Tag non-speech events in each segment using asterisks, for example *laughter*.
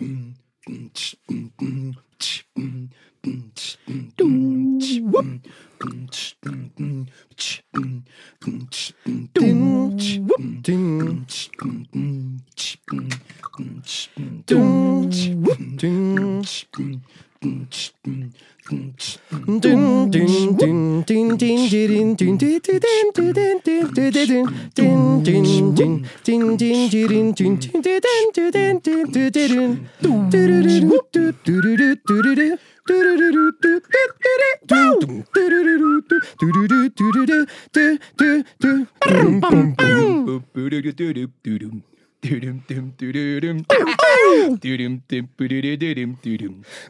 음, 음, 음, Ching.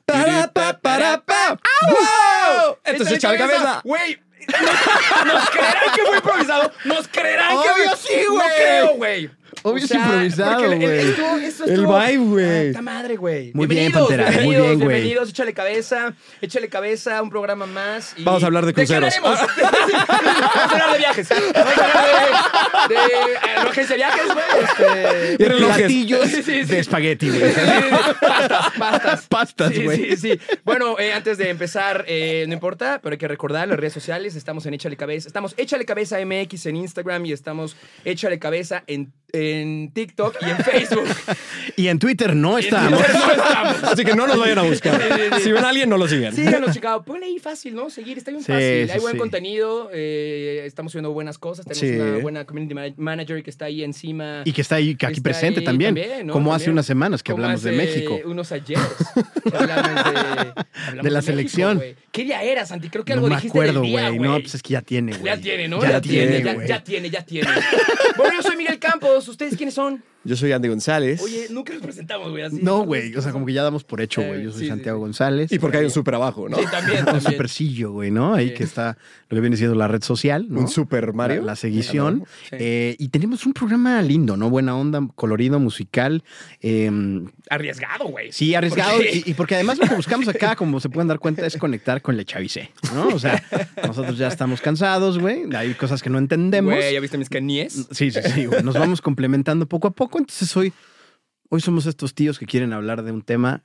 Para, pa, para, pa. ¡Wow! Entonces, echar cabeza. Güey. Nos creerán que fue improvisado. Nos creerán que fue- Obvio sí, güey. No creo, güey. Obvio es improvisado, porque el- el- güey. esto- esto El estuvo- ¡Ah, vibe, güey. Puta madre, güey. Muy bien, Bienvenidos, Pantera, muy bienvenidos, bien, güey. Bienvenidos, échale cabeza, échale cabeza, un programa más. y- Vamos a hablar de cruceros. qué hablaremos? Ah. *laughs* Vamos a hablar de viajes. Vamos a hablar de, de, eh, no, agencia de viajes, güey. Este, De relojes. platillos Sí, sí, sí. de espagueti, *laughs* güey. pastas, pastas. Pastas, Sí, sí, güey. sí. Bueno, eh, antes de empezar, eh, no importa, pero hay que recordar las redes sociales. Estamos en Échale Cabeza. Estamos Échale Cabeza MX en Instagram y estamos Échale Cabeza en, en TikTok y en *laughs* Facebook. Y en Twitter no estamos. Así que no nos vayan a buscar. Si ven a alguien, no lo sigan. Síganos, Chicago. Ponle ahí fácil, ¿no? Seguir, está bien Sí, fácil. sí, Hay buen sí. contenido. eh, estamos subiendo buenas cosas. Tenemos Sí. una buena community ma- manager que está ahí encima. Y que está ahí, que aquí Está presente ahí también. ¿no? como hace También. unas semanas que Como hablamos de hace México. Unos ayeres. hablamos *laughs* de, hablamos la México, selección. güey. ¿Qué día era, Santi? Creo que No algo me dijiste acuerdo, del día, güey. No, pues es que ya tiene, güey. Ya tiene, ¿no? Ya, tiene, güey. ya, ya tiene, ya tiene. bueno, yo soy Miguel Campos. ¿Ustedes quiénes son? Yo soy Andy González. Oye, nunca nos presentamos, güey. así. No, güey. O sea, como que ya damos por hecho, Eh, güey. Yo soy sí, sí, Santiago sí. González. Y porque hay un super abajo, ¿no? Sí, también, un también. supercillo, güey, ¿no? Ahí Sí. que está lo que viene siendo la red social, ¿no? Un super Mario. La, la seguición. Sí. Eh, y tenemos un programa lindo, ¿no? Buena onda, colorido, musical. eh, Arriesgado, güey. sí, arriesgado. Porque- Y, y porque además lo que buscamos acá, como se pueden dar cuenta, es conectar con la chavice, ¿no? O sea, nosotros ya estamos cansados, güey. Hay cosas que no entendemos. Güey, ¿ya viste mis caníes? Sí, sí, sí. güey. Nos vamos complementando poco a poco. Entonces hoy, hoy somos estos tíos que quieren hablar de un tema,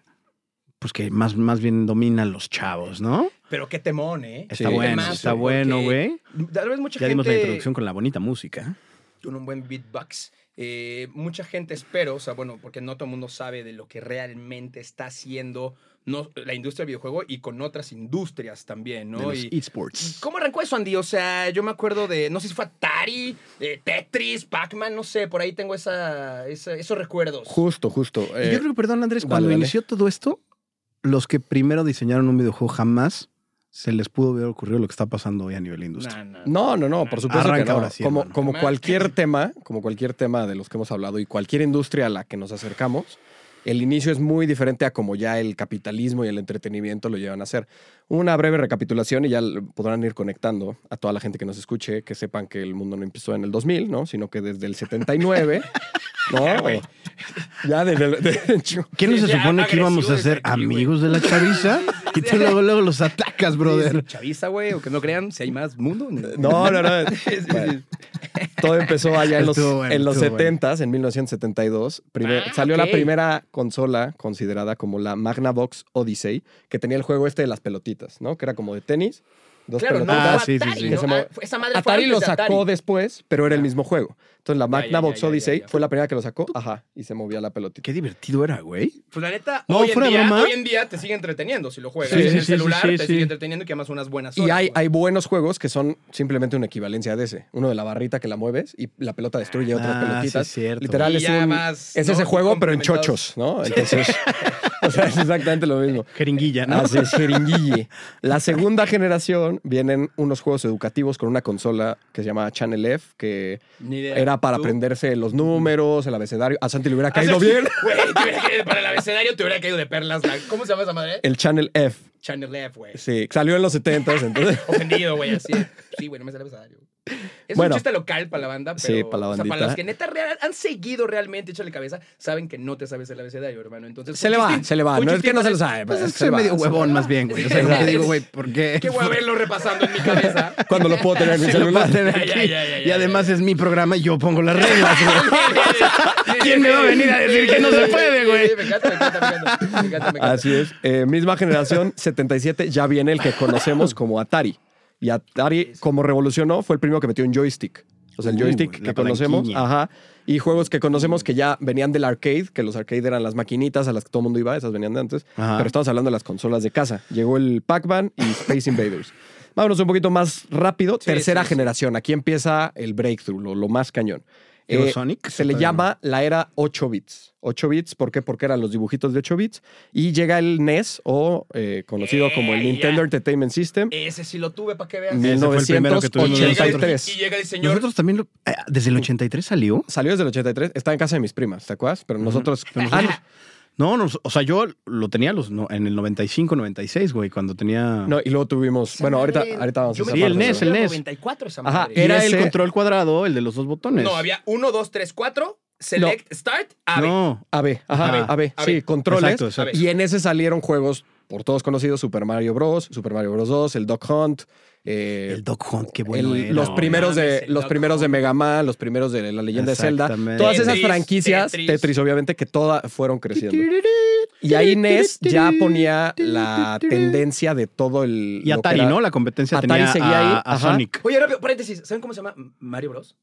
pues que más, más bien dominan los chavos, ¿no? Pero qué temón, ¿eh? Está Qué bueno, temazo, está bueno, porque güey. Tal vez mucha Ya dimos la gente introducción con la bonita música. con un buen beatbox. eh, mucha gente, espero, o sea, bueno, porque no todo el mundo sabe de lo que realmente está haciendo no, la industria del videojuego y con otras industrias también, de ¿no? los Y- esports. ¿Cómo arrancó eso, Andy? O sea, yo me acuerdo de, no sé si fue Atari, eh, Tetris, Pac-Man, no sé, por ahí tengo esa, esa- esos recuerdos. Justo, justo. Y Eh, yo creo que, perdón, Andrés, dale, cuando dale. inició todo esto, los que primero diseñaron un videojuego jamás se les pudo haber ocurrido lo que está pasando hoy a nivel de industria. Nah, nah. No, no, no, por supuesto Arranca que no. ahora sí, como hermano. como Además- cualquier tema, como cualquier tema de los que hemos hablado y cualquier industria a la que nos acercamos, el inicio es muy diferente a como ya el capitalismo y el entretenimiento lo llevan a hacer. Una breve recapitulación y ya l- podrán ir conectando a toda la gente que nos escuche, que sepan que el mundo no empezó en el 2000, ¿no? Sino que desde el 79, ¿no? ya desde el... *laughs* de hecho, ¿Qué no Sí, se ya, supone que íbamos a agresivo ser desde aquí, güey. *laughs* amigos de la chaviza? Y tú luego, luego los atacas, Sí, sí, brother. Chaviza, güey, o que no crean, si hay más mundo. No, no, *laughs* no. Bueno, todo empezó allá en los, Estuvo bueno, en los estuvo bueno. 70s, en 1972. Primer- Ah, salió ok. la primera consola considerada como la Magnavox Odyssey, que tenía el juego este de las pelotitas, ¿no? Que era como de tenis, dos Claro, no, pelotitas. Ah, ah, sí, sí, Atari, sí. ¿no? Que se mo- Ah, fue- esa madre fue Atari antes lo de sacó Atari. después, pero era el mismo juego. Entonces la ya, Magnavox ya, ya, Odyssey ya. fue la primera que lo sacó, ajá, y se movía la pelotita. Qué divertido era, güey. Pues la neta, No, hoy, en fuera de día, broma. hoy en día te sigue entreteniendo si lo juegas. Sí, en sí, el sí, celular sí, sí, te sí. sigue entreteniendo y que además unas buenas horas. Y hay, güey. hay buenos juegos que son simplemente una equivalencia de ese. Uno de la barrita que la mueves y la pelota destruye otras Ah, sí, pelotitas. es cierto. Literal Y es, ya un- más, es ¿no? ese juego, pero en Complementados. chochos, ¿no? *laughs* Entonces, o sea, es exactamente lo mismo. Jeringuilla, *laughs* ¿no? Hace jeringuille. La segunda generación vienen unos juegos educativos con una consola que se llama Channel F, que Ni idea. era para ¿Tú? aprenderse los números, el abecedario. A Santi le Ah, hubiera Hace- caído bien. Güey, te hubiera caído- para el abecedario te hubiera caído de perlas. la- ¿Cómo se llama esa madre? El Channel F, Channel F, güey. sí, salió en los 70s, *laughs* entonces. Ofendido, güey, así. Sí, güey, no me sale abecedario. Es Bueno. un chiste local para la banda, pero. Sí, para la o sea, para bandita. los que neta real- han seguido realmente, échale cabeza, saben que no te sabes el abecedario, hermano. Entonces. Se un le va, chistín- se le va. un No es chistín que no se para- lo sabe. Pues es que se le soy va, medio se le va. huevón, más bien, güey. O sea, como que digo, güey, ¿por qué? Qué huevo verlo repasando en mi cabeza. *laughs* Cuando lo puedo tener en mi Se lo celular. pasen aquí. Ya, ya, ya, ya, y ya. además es mi programa y yo pongo las reglas, güey. *laughs* ¿Quién me va a venir a decir que no se puede, güey? Me encanta, me encanta, me encanta. Me encanta, me encanta. Así es. Eh, misma generación, 77, ya viene el que conocemos como Atari. Y Atari, como revolucionó, fue el primero que metió un joystick. O sea, el Uh, joystick la que conocemos. palanquilla. Ajá. Y juegos que conocemos que ya venían del arcade, que los arcade eran las maquinitas a las que todo el mundo iba, esas venían de antes. Ajá. Pero estamos hablando de las consolas de casa. Llegó el Pac-Man y Space Invaders. Vámonos un poquito más rápido. Tercera sí, sí. generación. Aquí empieza el breakthrough, lo, lo más cañón. Digo, Sonic, Eh, se le todavía llama la era 8 bits. 8 bits, ¿por qué? Porque eran los dibujitos de 8 bits. Y llega el NES, o eh, conocido como el Eh, ya. Nintendo Entertainment System, Ese sí lo tuve para que veas. Ese fue el primero que tuvimos Y llega, el, y 1983. llega el *laughs* señor. Nosotros también, lo- eh, desde el 83 salió. Salió desde el 83, está en casa de mis primas, ¿te acuerdas? Pero nosotros... Ah, No, no, o sea, yo lo tenía los, no, en el 95, 96, güey, cuando tenía... no, y luego tuvimos... Esa Bueno, ahorita, madre- ahorita vamos a Yo esa me Sí, el parte, NES, ¿no? E el NES. 94 esa Ajá, madre. Y era Era el ese- control cuadrado, el de los dos botones. No, había 1, 2, 3, 4, select, start, AB. No, AB, ajá, Ajá. AB, AB. sí, controles. Exacto, exacto. Y en ese salieron juegos por todos conocidos, Super Mario Bros, Super Mario Bros 2, el Duck Hunt, eh, el Doc Hunt, qué bueno eh, el- era, los güey. primeros de Mames, el los Duck primeros de Hunt. Mega Man, los primeros de la leyenda de Zelda, Exactamente. todas esas Tetris, franquicias, Tetris. Tetris, obviamente que todas fueron creciendo. Y ahí NES ya ponía la tendencia de todo el Y lo que Atari, era- ¿no? La competencia Atari tenía seguía a- ahí, a ajá. Sonic. Oye, rápido, paréntesis. ¿Saben cómo se llama Mario Bros?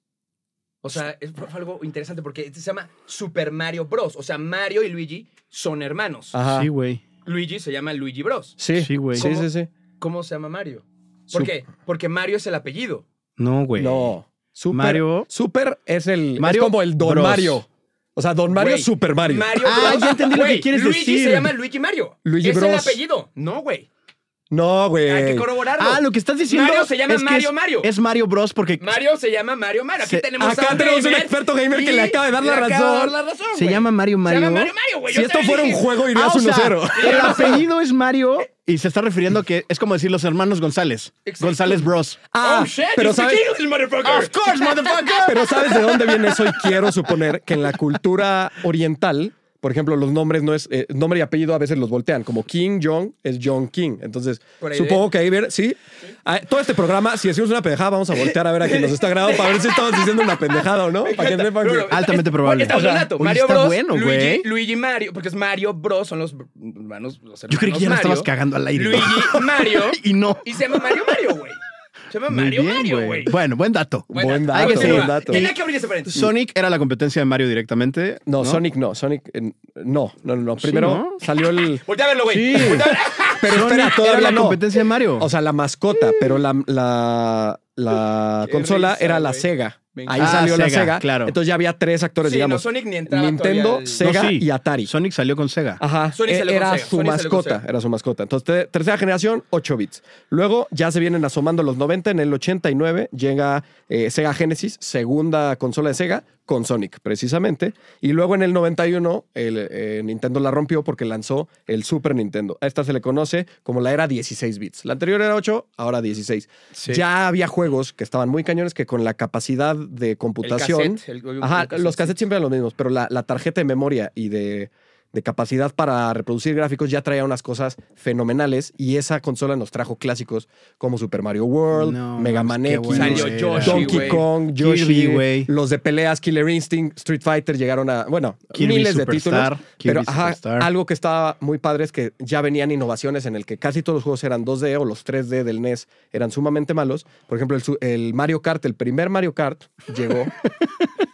O sea, es fue algo interesante porque este se llama Super Mario Bros. O sea, Mario y Luigi son hermanos. Ajá. Sí, güey. Luigi se llama Luigi Bros. Sí, Sí, sí, güey. Sí, sí, sí. ¿Cómo se llama Mario? ¿Por Sup- qué? Porque Mario es el apellido. No, güey. No. Super, Mario- Super es el Mario es como el Don Bros. Mario. O sea, Don Mario Güey, Super Mario. Mario Ah, Bros. ya entendí lo que Güey, quieres Luigi decir. se llama Luigi Mario. Luigi es el Bros. apellido. No, güey. No, güey. Hay que corroborarlo. Ah, lo que estás diciendo Mario se llama es que Mario es- Mario. Es Mario Bros porque Mario se llama Mario Mario. Aquí Se- tenemos acá a un tenemos un gamer experto gamer que le y acaba de dar la le acaba de razón. dar la razón, se güey. llama Mario Se Mario. llama Mario Mario, güey. si Yo esto también fuera un dije- juego, Ah, irías o sea, 1-0. *laughs* el apellido es Mario y se está refiriendo que es como decir los hermanos González. Exacto. González Bros. Ah, oh shit, pero you speak sabes- English, motherfucker. course, *laughs* motherfucker. Pero ¿sabes de dónde viene eso? Y quiero suponer que en la cultura oriental, por ejemplo, los nombres no es eh, nombre y apellido a veces los voltean, como King Jong es John King. Entonces, Por ahí supongo que ahí ver, sí. Ah, todo este programa, si decimos una pendejada, vamos a voltear a ver a quién nos está grabando para ver si estamos diciendo una pendejada o no, para que sepan No, que- no, está- Altamente es- probable. Está bueno el dato. Oye, Mario está Bros. bueno, güey. Luigi, Luigi Mario, porque es Mario Bros. Son los br- hermanos. Los hermanos Yo creí que ya la Mario. estabas cagando al aire. *laughs* Luigi Mario. y no. y se llama Mario Mario, güey. Se llama Muy Mario bien, Mario, güey. Bueno, buen dato. Bueno, Buen hay dato, que seguir. buen dato. Tenía que abrir ese paréntesis. Sonic era la competencia de Mario directamente. No, Sonic no, Sonic eh, no, no, no, no. Primero ¿no? salió el Voltea a verlo, güey. Sí. Voltea a ver- Pero Sonic espera, era todavía la no. competencia de Mario. O sea, la mascota, pero la, la, la Qué consola risa, era la güey. Sega. Me Ahí encanta. salió la Ah, Sega, Sega. claro. Entonces ya había tres actores, Sí, no, digamos. Sonic ni entraba Nintendo, todavía al- Sega No, sí. y Atari. Sonic salió con Sega. Ajá. Sonic e- salió con era Sega, su Sonic salió con mascota, Sega. era su mascota. Entonces, te- tercera generación, 8 bits. Luego ya se vienen asomando los 90. En el 89 llega eh, Sega Genesis, segunda consola de Sega, con Sonic, precisamente. Y luego en el 91, el, eh, Nintendo la rompió porque lanzó el Super Nintendo. A esta se le conoce como la era 16 bits. La anterior era 8, ahora 16. Sí. Ya había juegos que estaban muy cañones que con la capacidad de computación. cassette, el- el- ajá, el cassette, los sí. cassettes siempre eran los mismos, pero la, la tarjeta de memoria y de, de capacidad para reproducir gráficos ya traía unas cosas fenomenales y esa consola nos trajo clásicos como Super Mario World, No, Mega mames, Man X, qué bueno Salió era. Yoshi, Donkey güey. Kong, Kirby, Yoshi, güey. los de peleas, Killer Instinct, Street Fighter llegaron a, bueno, Kirby miles Superstar, de títulos, Kirby pero ajá, Superstar. algo que estaba muy padre es que ya venían innovaciones en el que casi todos los juegos eran 2D o los 3D del NES eran sumamente malos. Por ejemplo, el, su- el Mario Kart, el primer Mario Kart llegó. *laughs*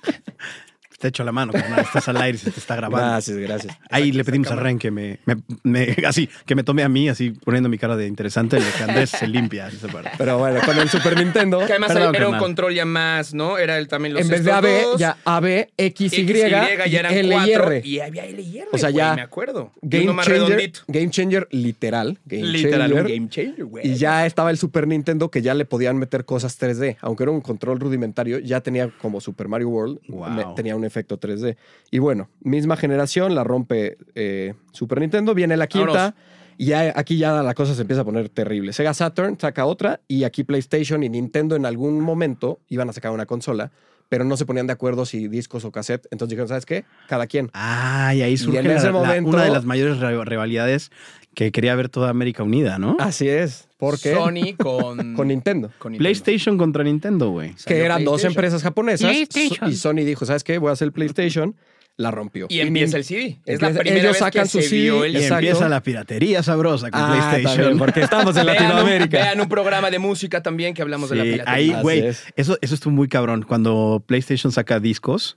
Te echo la mano, carnal, estás al aire, se te está grabando. gracias, gracias. Ahí le pedimos a Ren que me, me- me- así, que me tome a mí, así poniendo mi cara de interesante, le que Andrés se limpia. dice, para- Pero bueno, con el Super Nintendo, *laughs* Que además Perdón, era un carnal. control ya más, ¿no? Era el, también los en vez de estos AB, dos, ya AB, XY, XY, ya eran L y cuatro, R. Y había L y R, O sea, güey, ya- me acuerdo. Y Game uno más changer, redondito. game changer literal. Game Literal, un changer. game changer, güey. Y ya estaba el Super Nintendo que ya le podían meter cosas 3D. Aunque era un control rudimentario, ya tenía como Super Mario World, Wow. me- tenía un efecto 3D. Y bueno, misma generación, la rompe eh, Super Nintendo, viene la quinta. Vámonos. Y ya, aquí ya la cosa se empieza a poner terrible. Sega Saturn saca otra y aquí PlayStation y Nintendo en algún momento iban a sacar una consola, pero no se ponían de acuerdo si discos o cassette. Entonces dijeron, ¿sabes qué? Cada quien. Ah, y ahí surge en la- ese la- momento- una de las mayores re- rivalidades que quería ver toda América Unida, ¿no? Así es. Porque Ah. Sony con... *laughs* con Nintendo. con Nintendo. PlayStation contra Nintendo, güey. Salió que eran dos PlayStation. empresas japonesas. so- Y Sony dijo, ¿sabes qué? Voy a hacer el PlayStation. la rompió. Y empieza el CD. Es la empieza- primera ellos vez sacan que su se CD vio el Y Exacto. empieza la piratería sabrosa con Ah, PlayStation. también, porque estamos en *laughs* Vean un- Vean un, Latinoamérica. programa de música también que hablamos de la Sí, piratería. ahí, Así güey, es. eso, eso estuvo muy cabrón. Cuando PlayStation saca discos,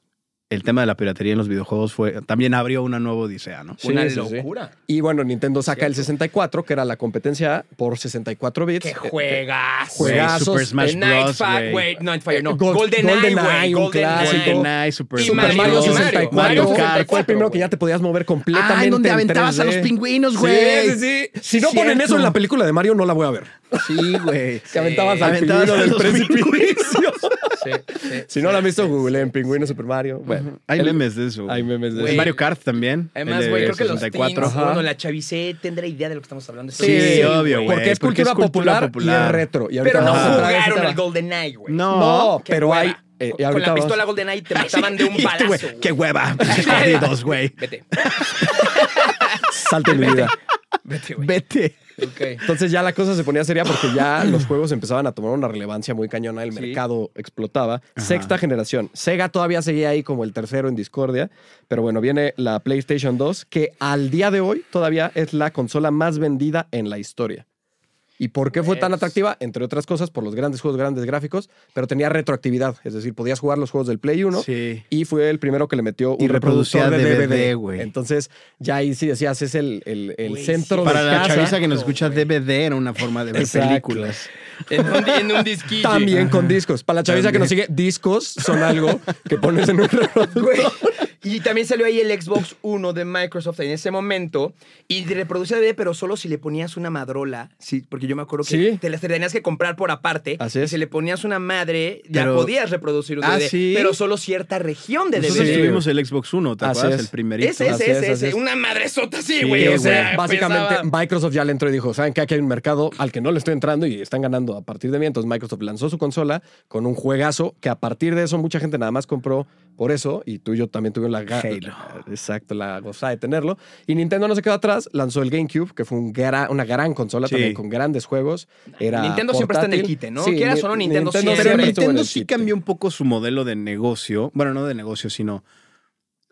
el tema de la piratería en los videojuegos fue también abrió una nueva odisea, ¿no? Sí, Una sí, sí. locura. Y bueno, Nintendo saca el 64, que era la competencia por 64 bits. ¡Qué Eh, juegas! Güey, Güey, Juegazos, Super Smash Eh, Night Bros. Fire, güey. güey. Night Fire, no. Eh, Gold- Golden Eye, GoldenEye, güey. un Golden clásico. Eye. GoldenEye, Super Y Super Smash Mario Bros. 64. Mario Fue 64, el primero que güey. ya te podías mover completamente. Ah, en donde en aventabas a 3D. los pingüinos, Sí, güey. sí, sí. Si no ponen Cierto. eso en la película de Mario, no la voy a ver. Sí, güey. *laughs* Que aventabas al Aventabas pingüino a del los precipicio. Sí, sí. *laughs* si no la han visto, google en pingüino Super Mario. Bueno, *laughs* Hay el- memes de eso. Hay memes de El eso. Mario Kart también. el Además, de güey, creo que los 64. teens, Ajá. bueno, la chavicé tendrá idea de lo que estamos hablando. Sí, obvio, güey. Porque es porque cultura, es cultura popular, y popular. es retro. Y ahorita Pero no vamos a entrar en ese jugaron tema. al Golden Eye, güey. No, No, Qué pero hueva. hay. eh, Con- y Con ahorita la vamos- pistola Golden Eye *laughs* te mataban de un Y tú, palazo, este güey, güey. Qué hueva. *laughs* Pinches Perdidos, güey. *laughs* Vete, Salte de mi vida. vete, güey. Vete. Ok. Entonces ya la cosa se ponía seria porque *clears throat* ya los juegos empezaban a tomar una relevancia muy cañona, el Sí. mercado explotaba. Sexta generación. Sega todavía seguía ahí como el tercero en discordia, pero bueno, viene la PlayStation 2, que al día de hoy todavía es la consola más vendida en la historia. ¿Y por qué fue tan Pues. atractiva? Entre otras cosas, por los grandes juegos, grandes gráficos, pero tenía retroactividad, es decir, podías jugar los juegos del Play 1 Sí. y fue el primero que le metió Y un reproductor reproducía de DVD, DVD, güey. Entonces, ya ahí sí decías, es el, el- el Güey, sí. centro de Para la casa. chaviza que nos escucha, güey. DVD era una forma de ver Exacto. películas. En un, en un disquillo. También con discos. Para la chaviza que nos sigue, discos son algo que pones en un reproductor. Güey. Y también salió ahí el Xbox One de Microsoft en ese momento. Y te reproducía DVD, pero solo si le ponías una madrola. Sí, porque yo me acuerdo que Sí. te las tenías que comprar por aparte. Así Y es. si le ponías una madre, ya Pero- podías reproducir un Ah, DVD. sí. Pero solo cierta región de Nosotros Sí. DVD. tuvimos el Xbox One, ¿te Así acuerdas? es. El primerito. Ese, Así ese, es, ese, así ese. es. Una madresota sí, *laughs* Sí, güey. o güey. sea, Básicamente, pesaba- Microsoft ya le entró y dijo: ¿Saben que Aquí hay un mercado al que no le estoy entrando y están ganando a partir de mí. Entonces, Microsoft lanzó su consola con un juegazo que a partir de eso mucha gente nada más compró por eso. Y tú y yo también tuvimos la ga- Halo. Exacto, la gozada de tenerlo. Y Nintendo no se quedó atrás, lanzó el GameCube, que fue un gra- una gran consola Sí. también con grandes juegos. Era Nintendo siempre está en el portátil. quite, ¿no? Quieras o no, Ni- Nintendo siempre Pero estuvo en Nintendo el sí quite. cambió un poco su modelo de negocio. Bueno, no de negocio, sino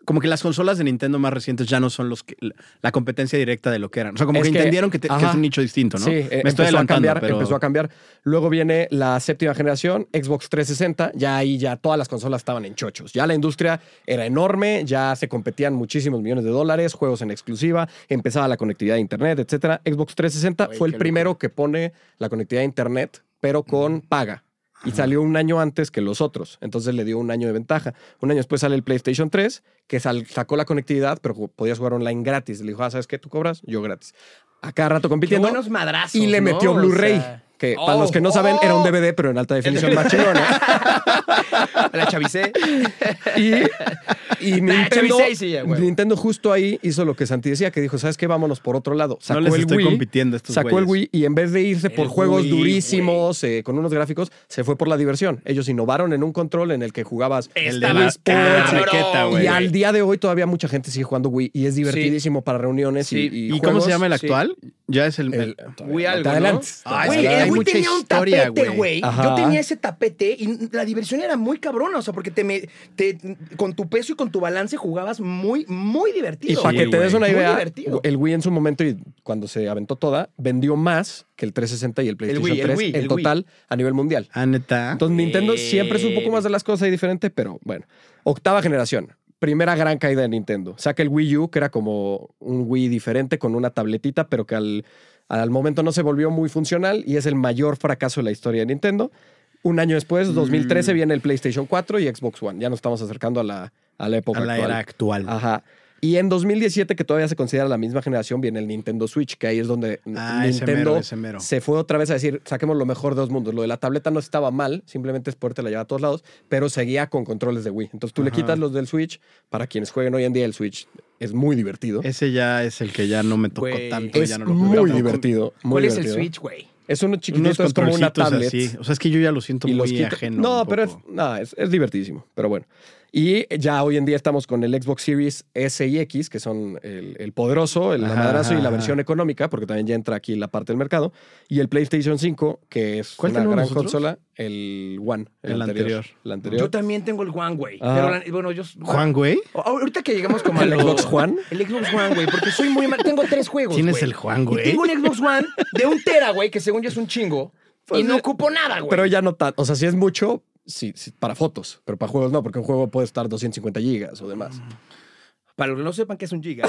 como que las consolas de Nintendo más recientes ya no son los que, la competencia directa de lo que eran. O sea, como Es que, que- entendieron que, te- que ajá. es un nicho distinto, ¿no? Sí, eh, Me estoy empezó a adelantando, cambiar, pero empezó a cambiar. Luego viene la séptima generación, Xbox 360, ya ahí ya todas las consolas estaban en chochos. Ya la industria era enorme, ya se competían muchísimos millones de dólares, juegos en exclusiva, empezaba la conectividad de internet, etcétera. Xbox 360 Güey, fue qué el locura. primero que pone la conectividad a internet, pero con paga. Y salió un año antes que los otros. Entonces le dio un año de ventaja. Un año después sale el PlayStation 3, que sal- sacó la conectividad, pero ju- podías jugar online gratis. Le dijo, ah, ¿sabes qué? Tú cobras, yo gratis. A cada rato Qué compitiendo. buenos madrazos. Y le ¿no? metió O Blu-ray. sea, que Oh, para los que no saben, era un oh. DVD, pero en *laughs* alta definición más chingona. La chavicé. Y, y Nintendo, Chavisei, sí, ya, güey. Nintendo justo ahí hizo lo que Santi decía, que dijo, ¿sabes qué? Vámonos por otro lado. Sacó no les el estoy Wii, compitiendo a estos sacó el güeyes. Wii y en vez de irse por El juegos Wii, durísimos, eh, con unos gráficos, se fue por la diversión. Ellos innovaron en un control en el que jugabas El Estaba de la cabrón, chaqueta, Y güey. al día de hoy todavía mucha gente sigue jugando Wii y es divertidísimo para reuniones Sí. y, ¿Y, y cómo juegos. se llama el sí. actual? Ya es el... El- Wii Te algo, ¿no? adelantes. Ay, Te Güey, Hay el Wii mucha tenía un historia, tapete, güey. güey. Yo Ajá. tenía ese tapete y la diversión era muy cabrona. O sea, porque te, me- te- con tu peso y con tu balance jugabas muy, muy Y divertido. para que Sí, te des güey. una Muy idea, divertido. el Wii en su momento y cuando se aventó toda, vendió más que el 360 y el PlayStation Wii, el 3 Wii, en el total a nivel mundial. Ah, neta. Entonces Nintendo siempre es un poco Pero- más de las cosas y diferente, pero bueno. Octava generación. Primera gran caída de Nintendo. Saca el Wii U, que era como un Wii diferente con una tabletita, pero que al, al momento no se volvió muy funcional y es el mayor fracaso de la historia de Nintendo. Un año después, 2013, viene el PlayStation 4 y Xbox One. Ya nos estamos acercando a la, a la época a la actual. era actual. Ajá. Y en 2017, que todavía se considera la misma generación, viene el Nintendo Switch, que ahí es donde Ah, ese Nintendo mero, ese mero. se fue otra vez a decir, saquemos lo mejor de dos mundos. Lo de la tableta no estaba mal, simplemente es poder te la lleva a todos lados, pero seguía con controles de Wii. Entonces tú le Ajá. quitas los del Switch, para quienes jueguen hoy en día el Switch es muy divertido. Es, Ese ya es el que ya no me tocó Güey. tanto. ya no lo jugué. muy Tampoco- divertido. muy ¿Cuál es el divertido. Switch, güey? Es uno Unos chiquitito, es como una controlcitos tablet. así. O sea, es que yo ya lo siento muy quita- ajeno. No, un pero es, poco. nada, es, es divertidísimo. Pero bueno. Y ya hoy en día estamos con el Xbox Series S y X, que son el, el poderoso, el Ajá, madrazo y la ajá, versión ajá. económica, porque también ya entra aquí la parte del mercado. Y el PlayStation 5, que es ¿Cuál una gran tenemos nosotros? consola, el One. El anterior. El Yo anterior. también tengo el One, güey. Ah. Pero la- bueno, yo. Juan, güey. A- Ahorita que llegamos como a ¿El lo- Xbox One? El Xbox One, güey, porque soy muy mal. Tengo tres juegos. ¿Quién es güey. el Juan, Y güey? tengo un Xbox One de un tera, güey, que según yo es un chingo. y Pues, no eh, ocupo nada, güey. Pero ya no tan. O sea, si es mucho, sí, sí, para fotos, pero para juegos no, porque un juego puede estar 250 gigas o demás. Mm, Para los que no sepan que es un *laughs* giga.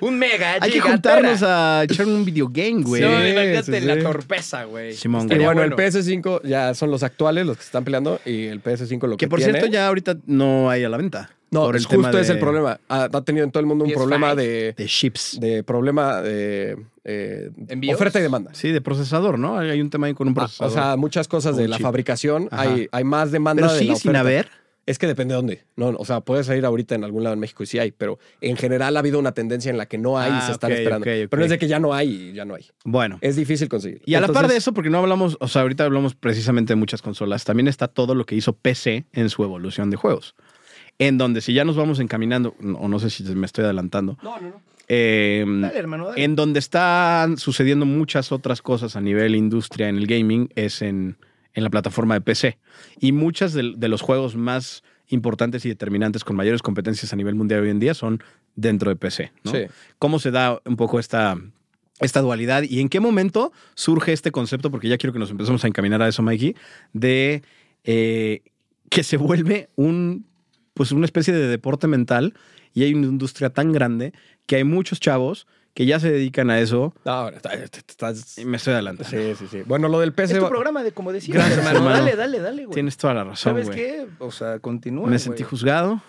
un mega. Hay que juntarnos a echar un videogame, güey. No, imagínate Sí, sí, sí. la torpeza, güey. Simón, Y Estaría güey. bueno, el PS5 ya son los actuales, los que se están peleando, y el PS5 lo que que por tiene- cierto, ya ahorita no hay a la venta. No, por es justo tema es el de- problema. Ha, ha tenido en todo el mundo un PS5. problema de, De chips. de problema de eh, ¿Envíos? oferta y demanda. Sí, de procesador, ¿no? Hay hay un tema ahí con un Ah, o procesador. sea, muchas cosas O de un la chip. fabricación, Ajá. hay, hay más demanda pero de sigue la sin oferta. haber. Es que depende de dónde. No, o sea, puedes ir ahorita en algún lado en México y sí hay, pero en general ha habido una tendencia en la que no hay y Ah, se están ok, esperando. ok, ok. Pero no es de que ya no hay y ya no hay. Bueno. Es difícil conseguir. Y a la par de Entonces, eso, porque no hablamos, o sea, ahorita hablamos precisamente de muchas consolas, también está todo lo que hizo PC en su evolución de juegos. En donde si ya nos vamos encaminando, no- o no sé si me estoy adelantando, No, no, no. eh, Dale, hermano, dale. en donde están sucediendo muchas otras cosas a nivel industria en el gaming es en, en la plataforma de PC. Y muchas del- de, los juegos más importantes y determinantes con mayores competencias a nivel mundial hoy en día son dentro de PC. ¿no? Sí. ¿Cómo se da un poco esta, esta dualidad y en qué momento surge este concepto? Porque ya quiero que nos empecemos a encaminar a eso, Mikey, de eh, que se vuelve un, pues una especie de deporte mental y hay una industria tan grande que hay muchos chavos que ya se dedican a eso. No, ahora está- está- estás- Y me estoy adelantando. Sí, sí, sí. Bueno, lo del Es PC. tu va- programa de como decías, Gracias, hermano. hermano. Dale, dale, dale, güey. Tienes toda la razón, ¿Sabes güey. qué? O sea, continúa. Me güey. sentí juzgado.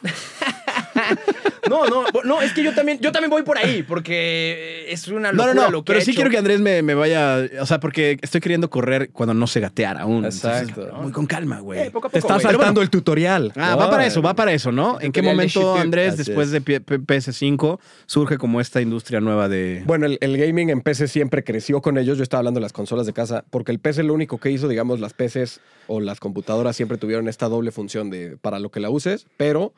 No, no, no, es que yo también, yo también voy por ahí, porque es una No, locura no, no. lo que Pero he sí hecho. quiero que Andrés me, me vaya. O sea, porque estoy queriendo correr cuando no sé gatear aún. Entonces, Exacto. muy con calma, güey. Eh, poco a Te poco, estás güey. saltando el tutorial. Ah, No, va para eso, eh, va para eso, ¿no? ¿En qué tutorial de momento, YouTube. Andrés, Así después es. de P- P- PS5, surge como esta industria nueva de... Bueno, el, el gaming en PC siempre creció con ellos. Yo estaba hablando de las consolas de casa, porque el PC lo único que hizo, digamos, las PCs o las computadoras siempre tuvieron esta doble función de para lo que la uses, pero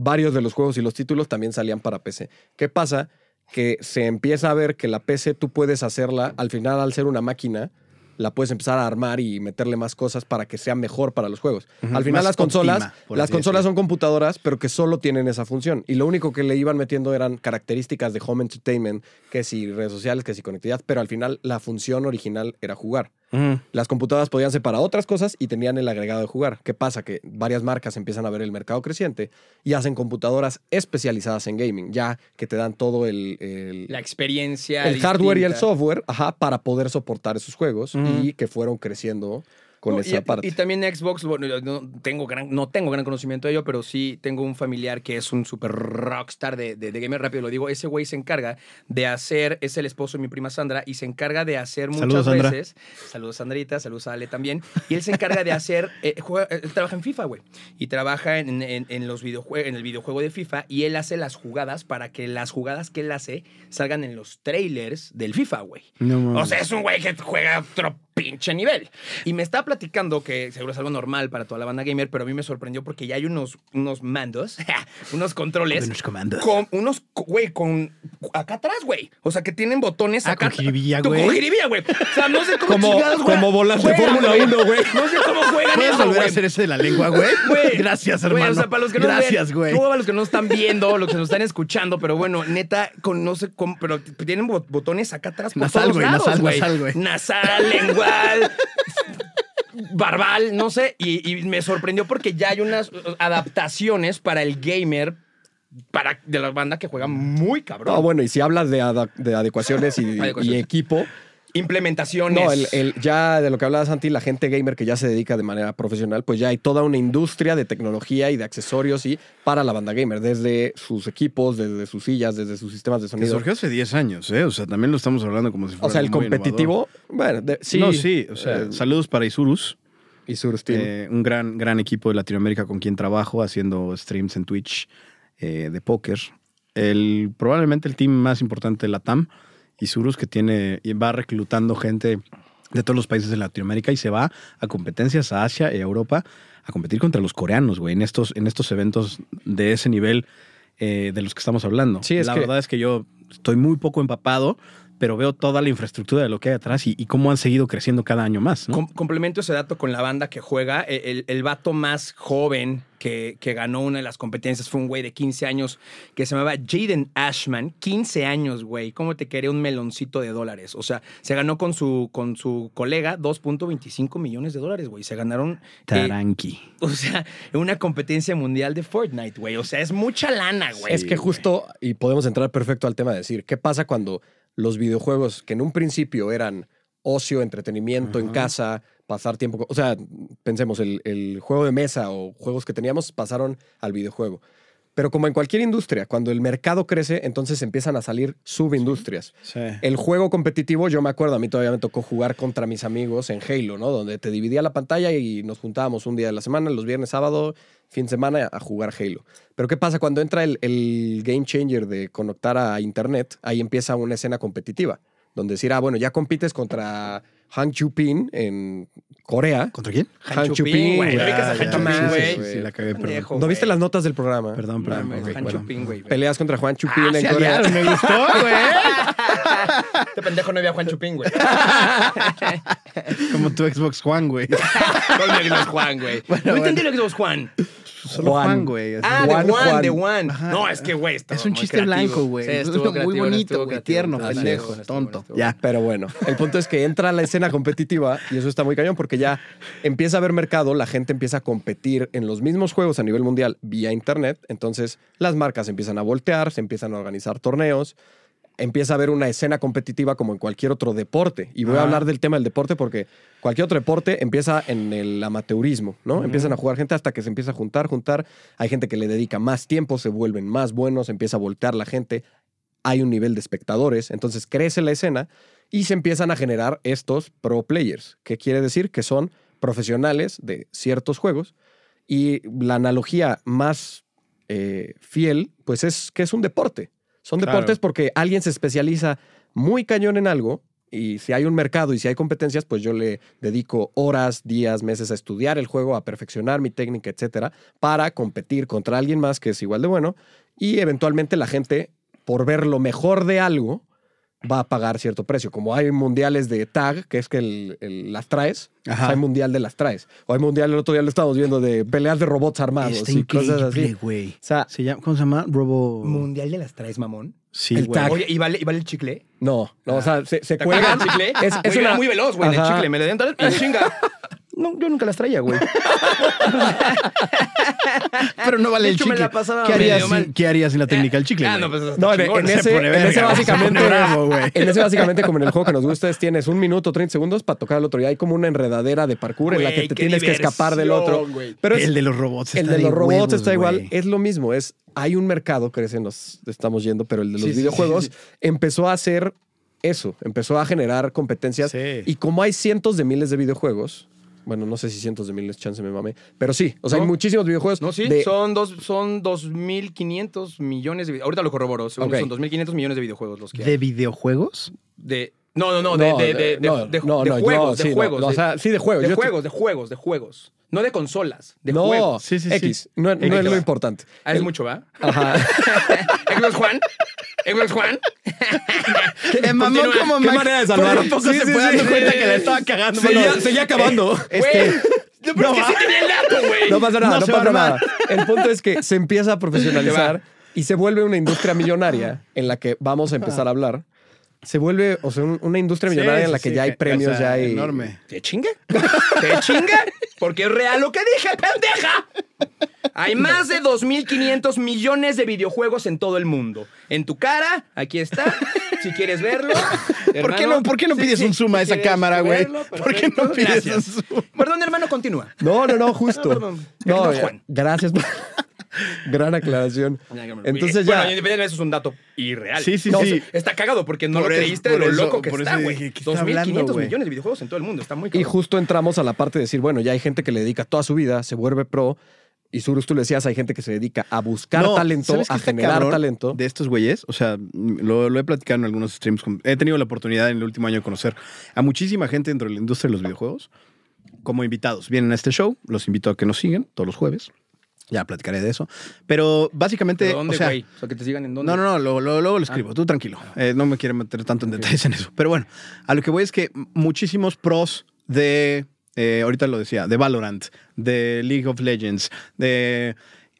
varios de los juegos y los títulos también salían para PC. ¿Qué pasa? Que se empieza a ver que la PC tú puedes hacerla, al final al ser una máquina, la puedes empezar a armar y meterle más cosas para que sea mejor para los juegos. Ujú, Al final más las consolas, óptima, por las así decirlo. consolas son computadoras, pero que solo tienen esa función. Y lo único que le iban metiendo eran características de home entertainment, que si redes sociales, que si conectividad, pero al final la función original era jugar. Ujú. Las computadoras podían ser para otras cosas y tenían el agregado de jugar. ¿Qué pasa? Que varias marcas empiezan a ver el mercado creciente y hacen computadoras especializadas en gaming, ya que te dan todo el, el- La experiencia. el hardware y el distinta. software ajá, para poder soportar esos juegos y que fueron creciendo con No, y- esa parte. Y también Xbox, bueno, yo no tengo gran, no tengo gran conocimiento de ello, pero sí tengo un familiar que es un super rockstar de, de, de gamer rápido, lo digo, ese güey se encarga de hacer, es el esposo de mi prima Sandra, y se encarga de hacer muchas Saludos, Sandra. veces, saludos Sandrita, saludos a Ale también, y él se encarga de hacer, eh, juega- eh, trabaja en FIFA, güey, y trabaja en, en- en los videojue- en el videojuego de FIFA, y él hace las jugadas para que las jugadas que él hace salgan en los trailers del FIFA, güey. Mm. No mames. O sea, es un güey que juega a otro pinche nivel. Y me está platicando que seguro es algo normal para toda la banda gamer, pero a mí me sorprendió porque ya hay unos, unos mandos, *laughs* unos controles. Unos comandos. Con unos, güey, con. Acá atrás, güey. O sea, que tienen botones Ah, acá. con jiribilla, Tú, Con güey. jiribilla, güey. O sea, no sé cómo Como- chingados, güey. como volante de Fórmula 1, güey. No sé cómo juegan ¿Puedes eso, volver a güey. hacer ese de la lengua, güey? *laughs* Güey. *laughs* Gracias, Güey, hermano. o sea, para los que no Gracias, ven, güey. luego para los que no están viendo, los que nos están escuchando, pero bueno, neta, con, no sé cómo, pero t- tienen bot- botones acá atrás por Nasal, todos güey, lados, nasal, güey. nasal, güey. Nasal, lengual, barbal, no sé. Y, y me sorprendió porque ya hay unas uh, adaptaciones para el gamer para, de la banda que juega muy cabrón. No, bueno, y si hablas de, ada- de *laughs* adecuaciones y, Adecuaciones. y equipo, Implementaciones. no, el, el- ya de lo que hablabas, Santi, la gente gamer que ya se dedica de manera profesional, pues ya hay toda una industria de tecnología y de accesorios y para la banda gamer, desde sus equipos, desde sus sillas, desde sus sistemas de Que sonido. surgió hace 10 años, ¿eh? O sea, también lo estamos hablando como si fuera O sea, el algo muy innovador. competitivo, bueno, de- sí. No, sí. O sea, eh, saludos para Isurus. y Sursteam. eh, un gran, gran equipo de Latinoamérica con quien trabajo haciendo streams en Twitch eh, de póker. El, probablemente el team más importante de la TAM, Isurus, que tiene, y va reclutando gente de todos los países de Latinoamérica y se va a competencias a Asia y a Europa a competir contra los coreanos, güey, en estos, en estos eventos de ese nivel eh, de los que estamos hablando. Sí, es la que- verdad es que yo estoy muy poco empapado, pero veo toda la infraestructura de lo que hay atrás y, y cómo han seguido creciendo cada año más. ¿no? Com- complemento ese dato con la banda que juega. E-, El, el- el vato más joven que, que ganó una de las competencias fue un güey de 15 años que se llamaba Jaden Ashman. 15 años, güey. ¿Cómo te quería un meloncito de dólares? O sea, se ganó con su, con su colega 2.25 millones de dólares, güey. Se ganaron. eh, Taranqui. *laughs* o sea, en una competencia mundial de Fortnite, güey. O sea, es mucha lana, güey. es que justo, y podemos entrar perfecto al tema de decir, ¿qué pasa cuando los videojuegos que en un principio eran ocio, entretenimiento en casa, pasar tiempo, con- o sea, pensemos, el, el juego de mesa o juegos que teníamos pasaron al videojuego. Pero como en cualquier industria, cuando el mercado crece, entonces empiezan a salir subindustrias. El juego competitivo, yo me acuerdo, a mí todavía me tocó jugar contra mis amigos en Halo, ¿no? Donde te dividía la pantalla y nos juntábamos un día de la semana, los viernes, sábado, fin de semana, a jugar Halo. Pero ¿qué pasa cuando entra el, el game changer de conectar a Internet? Ahí empieza una escena competitiva, donde decir, ah, bueno, ya compites contra Hang Chupin en Corea. ¿Contra quién? Han Chupin, güey. güey. ¿No ubicas a Ah, ya, Han Chupin, sí, sí, güey? sí, sí, la cagué, perdón. Pendejo, ¿No viste güey. las notas del programa? Perdón, perdón. Mames, ok, Han bueno. Ah, Chupin, güey. Peleas contra Juan Chupin Ah, en se Corea. aliaron, Me gustó, *laughs* Este pendejo no había *laughs* Juan Chupín, güey. Como tu Xbox Juan, *laughs* güey. Con el Xbox Juan, güey. no entendí lo que Xbox Juan. Solo Juan. Juan, güey. así. Ah, Juan, de Juan, Juan. de Juan. No, es que, güey, está Es un muy chiste creativo. blanco, güey. Sí, Es estuvo muy creativo, bonito, estuvo güey, creativo. tierno, Estuvo pendejo, bueno, estuvo tonto. bueno, Ya. Pero bueno, el punto es que entra la escena competitiva y eso está muy cañón porque ya empieza a haber mercado, la gente empieza a competir en los mismos juegos a nivel mundial vía internet, entonces las marcas empiezan a voltear, se empiezan a organizar torneos, empieza a haber una escena competitiva como en cualquier otro deporte. Y voy a hablar del tema del deporte porque cualquier otro deporte empieza en el amateurismo, ¿no? Empiezan a jugar gente hasta que se empieza a juntar, juntar. Hay gente que le dedica más tiempo, se vuelven más buenos, empieza a voltear la gente. Hay un nivel de espectadores, entonces crece la escena y se empiezan a generar estos pro players, que quiere decir que son profesionales de ciertos juegos. Y la analogía más eh, fiel, pues es que es un deporte. Son Claro. deportes porque alguien se especializa muy cañón en algo y si hay un mercado y si hay competencias, pues yo le dedico horas, días, meses a estudiar el juego, a perfeccionar mi técnica, etcétera, para competir contra alguien más que es igual de bueno y eventualmente la gente, por ver lo mejor de algo, va a pagar cierto precio. Como hay mundiales de tag, que es que el- el- las traes, o sea, Ajá. hay mundial de las traes. O hay mundial, el otro día lo estábamos viendo, de peleas de robots armados Está y cosas increíble, así. güey. O sea, Se llama- ¿Cómo se llama? Robo. Mundial de las traes, mamón. Sí, El güey. tag. Oye, ¿y vale, y vale el chicle? no, no, o Ah. sea, se, se ¿Te acuerdas cuelgan. del chicle? Es, es Güey, una... era muy veloz, güey, en el Ajá. chicle. Me le dieron tal- y *laughs* chinga. No, yo nunca las traía, *laughs* güey. Pero no vale De el hecho, me chicle. la pasaba ¿Qué medio harías, mal. sin, ¿Qué harías sin la técnica del chicle? Ah, güey? no, pues hasta No, en, chingón. en Se ese, pone en verga, ese se básicamente, pone bravo, güey. en ese básicamente como en *laughs* el juego que nos gusta es tienes un minuto, 30 segundos para tocar al otro y hay como una enredadera de parkour en la que Güey, te qué tienes que escapar del otro. diversión, güey. Pero es- el de los robots está el de los robots huevos, está igual, eh, güey. es lo mismo, es hay un mercado, crecen, nos estamos yendo, pero el de los Sí, sí, videojuegos sí, empezó a hacer eso, empezó a generar competencias Sí. y como hay cientos de miles de videojuegos, bueno, no sé si cientos de miles, chance me mame, pero sí, o sea, No. hay muchísimos videojuegos No, sí, de son dos, son 2.500 millones de... vide- Ahorita lo corroboro. según Ok. Son 2.500 millones de videojuegos los que hay. ¿De videojuegos? De... No, no, no, de, de, de, de, no, de- no, de no, yo juegos, sí, de no, juegos. no, o de- sea, sí, de juegos. De yo te- juegos, de juegos, de juegos. No de consolas, de no, juegos. Sí, sí, sí. X, no, no es lo importante. Ah, es mucho, ¿va? *laughs* Ajá. Xbox Juan. Xbox Juan. Me mamó Continúa. como Qué Max. manera de salvar. Por un poco Sí, se sí, fue sí. dando cuenta que la estaba cagando. Seguía- Bueno, eh, seguía acabando. Este, Güey. No, pero es que sí tenía el dato, güey. No pasa nada, No no, se va a pasa nada. armar. El punto es que se empieza a profesionalizar y se vuelve una industria millonaria en la que vamos a empezar a hablar. Se vuelve, o sea, un- una industria millonaria sí, en la sí, que ya hay o premios, sea, ya hay. Enorme. ¿Te chinga? ¿Te chinga? Porque es real lo que dije, pendeja. Hay más de 2.500 millones de videojuegos en todo el mundo. En tu cara, aquí está. Si quieres verlo. ¿Por qué, no, ¿Por qué no Sí, pides sí, un zoom a si esa quieres cámara, güey? verlo, ¿Por qué no perfecto, pides gracias. un zoom? Perdón, hermano, continúa. No, no, no, *laughs* justo. perdón. Perdón, eh, Juan. gracias. por- Gran aclaración. Entonces ya. Bueno, independientemente de eso es un dato irreal. Sí, sí, No, sí. Está cagado porque no Por lo eso- creíste de por lo eso- loco que por está, eso güey. dije, ¿qué está hablando, 2.500 güey? millones de videojuegos en todo el mundo. Está muy Y cagado. justo entramos a la parte de decir, bueno, ya hay gente que le dedica toda su vida, se vuelve pro. Y Surus, tú le decías, hay gente que se dedica a buscar No, talento, ¿sabes qué a está generar cabrón talento. De estos güeyes, o sea, lo, lo he platicado en algunos streams. con- He tenido la oportunidad en el último año de conocer a muchísima gente dentro de la industria de los videojuegos como invitados. Vienen a este show, los invito a que nos sigan todos los jueves. Ya platicaré de eso. Pero básicamente. ¿Pero ¿Dónde, o sea, güey? O, sea, que te sigan en dónde. Ah. no, no, no, luego lo, luego lo escribo, tú tranquilo. Eh, no me quiero meter tanto en detalles en eso. Pero bueno, a lo que voy es que muchísimos pros de, eh, ahorita lo decía, de Valorant, de League of Legends, de...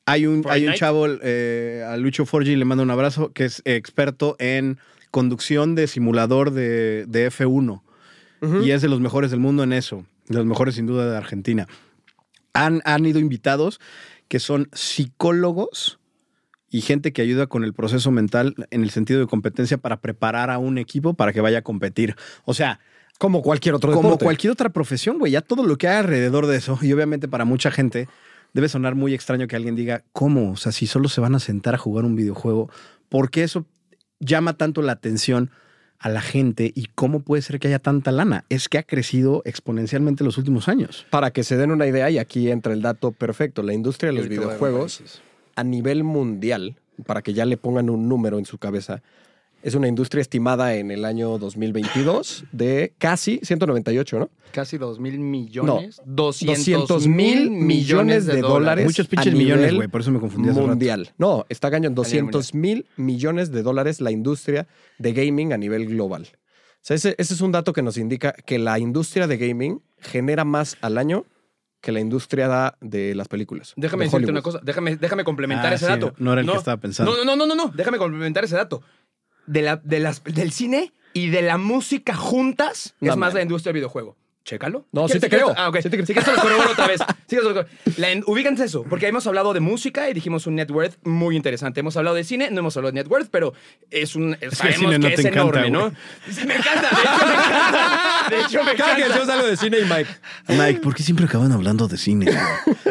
Hay un, hay un Fortnite. chavo, eh, a Lucho Forgi le mando un abrazo, que es experto en conducción de simulador de, de F1 y es de los mejores del mundo en eso, de los mejores sin duda de Argentina. Han, han ido invitados que son psicólogos y gente que ayuda con el proceso mental en el sentido de competencia para preparar a un equipo para que vaya a competir. O sea, Como cualquier otro como deporte. cualquier otra profesión, güey, ya todo lo que hay alrededor de eso, y obviamente para mucha gente debe sonar muy extraño que alguien diga, ¿cómo? O sea, si solo se van a sentar a jugar un videojuego, ¿por qué eso llama tanto la atención a la gente y cómo puede ser que haya tanta lana? Es que ha crecido exponencialmente en los últimos años. Para que se den una idea, y aquí entra el dato perfecto, la industria de los videojuegos a nivel mundial, para que ya le pongan un número en su cabeza, es una industria estimada en el año 2022 de casi 198, ¿no? Casi 2 mil millones. No, 200 mil millones de dólares. Muchos pinches a millones, nivel güey, por eso me confundí hace rato. Mundial. No, está cañón. nivel mundial. 200 mil millones de dólares la industria de gaming a nivel global. O sea, ese, ese es un dato que nos indica que la industria de gaming genera más al año que la industria da de las películas. Déjame de decirte Hollywood. una cosa, déjame, déjame complementar Ah, ese sí, dato. no era el que estaba pensando. No, no, no, no, no, déjame complementar ese dato. De la, de las, del cine y de la música juntas No, es más man. la industria del videojuego. Chécalo. No, ¿Quieres- sí te quieres- creo. Ah, ok. Sí te creo. Sí que se los corroboro otra vez. Sí que se los corroboro. La en- ubíquense eso, porque hemos hablado de música y dijimos un net worth muy interesante. Hemos hablado de cine, no hemos hablado de net worth, pero es un. sabemos cine que, no es te encanta, enorme, ¿no? Sí, Me encanta, de hecho me encanta. De hecho me Cada que encanta. decimos algo de cine y Mike. Mike, ¿por qué siempre acaban hablando de cine? güey?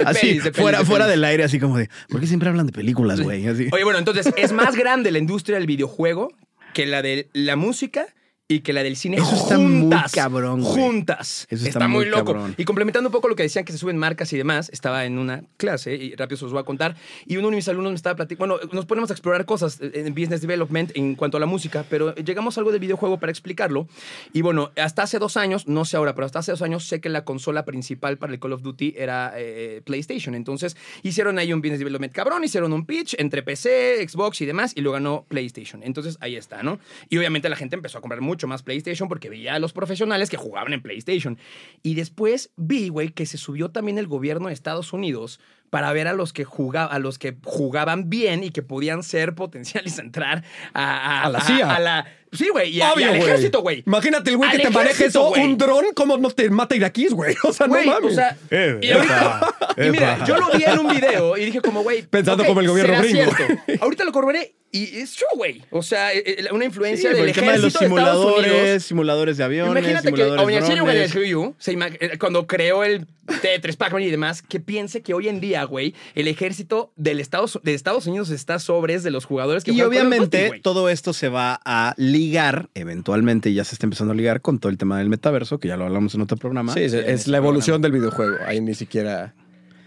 Así, pelis, de pelis, fuera, de fuera pelis. del aire, así como de, ¿por qué siempre hablan de películas, güey? Así. Oye, bueno, entonces es más grande la industria del videojuego que la de la música y que la del cine. Eso está muy juntas, cabrón, güey. Juntas. Eso está, está muy muy loco. cabrón. Y complementando un poco lo que decían que se suben marcas y demás, estaba en una clase y rápido se los voy a contar. Y uno de mis alumnos me estaba platicando. Bueno, nos ponemos a explorar cosas en business development en cuanto a la música, pero llegamos a algo de videojuego para explicarlo. Y bueno, hasta hace dos años, no sé ahora, pero hasta hace dos años sé que la consola principal para el Call of Duty era eh, PlayStation. Entonces hicieron ahí un business development cabrón, hicieron un pitch entre PC, Xbox y demás, y lo ganó PlayStation. Entonces ahí está, ¿no? Y obviamente la gente empezó a comprar mucho más PlayStation porque veía a los profesionales que jugaban en PlayStation. Y después vi, güey, que se subió también el gobierno de Estados Unidos para ver a los que jugaban, a los que jugaban bien y que podían ser potenciales a entrar a, A la CIA. a la- sí, güey, y, a- y al ejército, güey. Imagínate el güey que Al te maneje ejército, eso, güey. un dron, ¿cómo no te mata iraquíes, güey? *laughs* O *laughs* sea, Güey, no mames. o sea, Eh, y, ahorita- y mira, yo lo vi en un video y dije como, güey, Pensando ok, como el gobierno será gringo. cierto. Ahorita lo corroboré y es true, güey. O sea, eh, eh, una influencia Sí, por del el tema de los ejército de Estados Unidos. simuladores, simuladores de aviones, Imagínate que simuladores de Oñachiru drones. Guadalquivir, se ima- eh, cuando creó el T3 Pac-Man y demás, que piense que hoy en día, güey, el ejército del Estados, de Estados Unidos está sobres de los jugadores que Y juegan Call of obviamente Duty, güey. todo esto se va a ligar, eventualmente ya se está empezando a ligar con todo el tema del metaverso, que ya lo hablamos en otro programa. Sí, es, es la evolución del videojuego. Ahí ni siquiera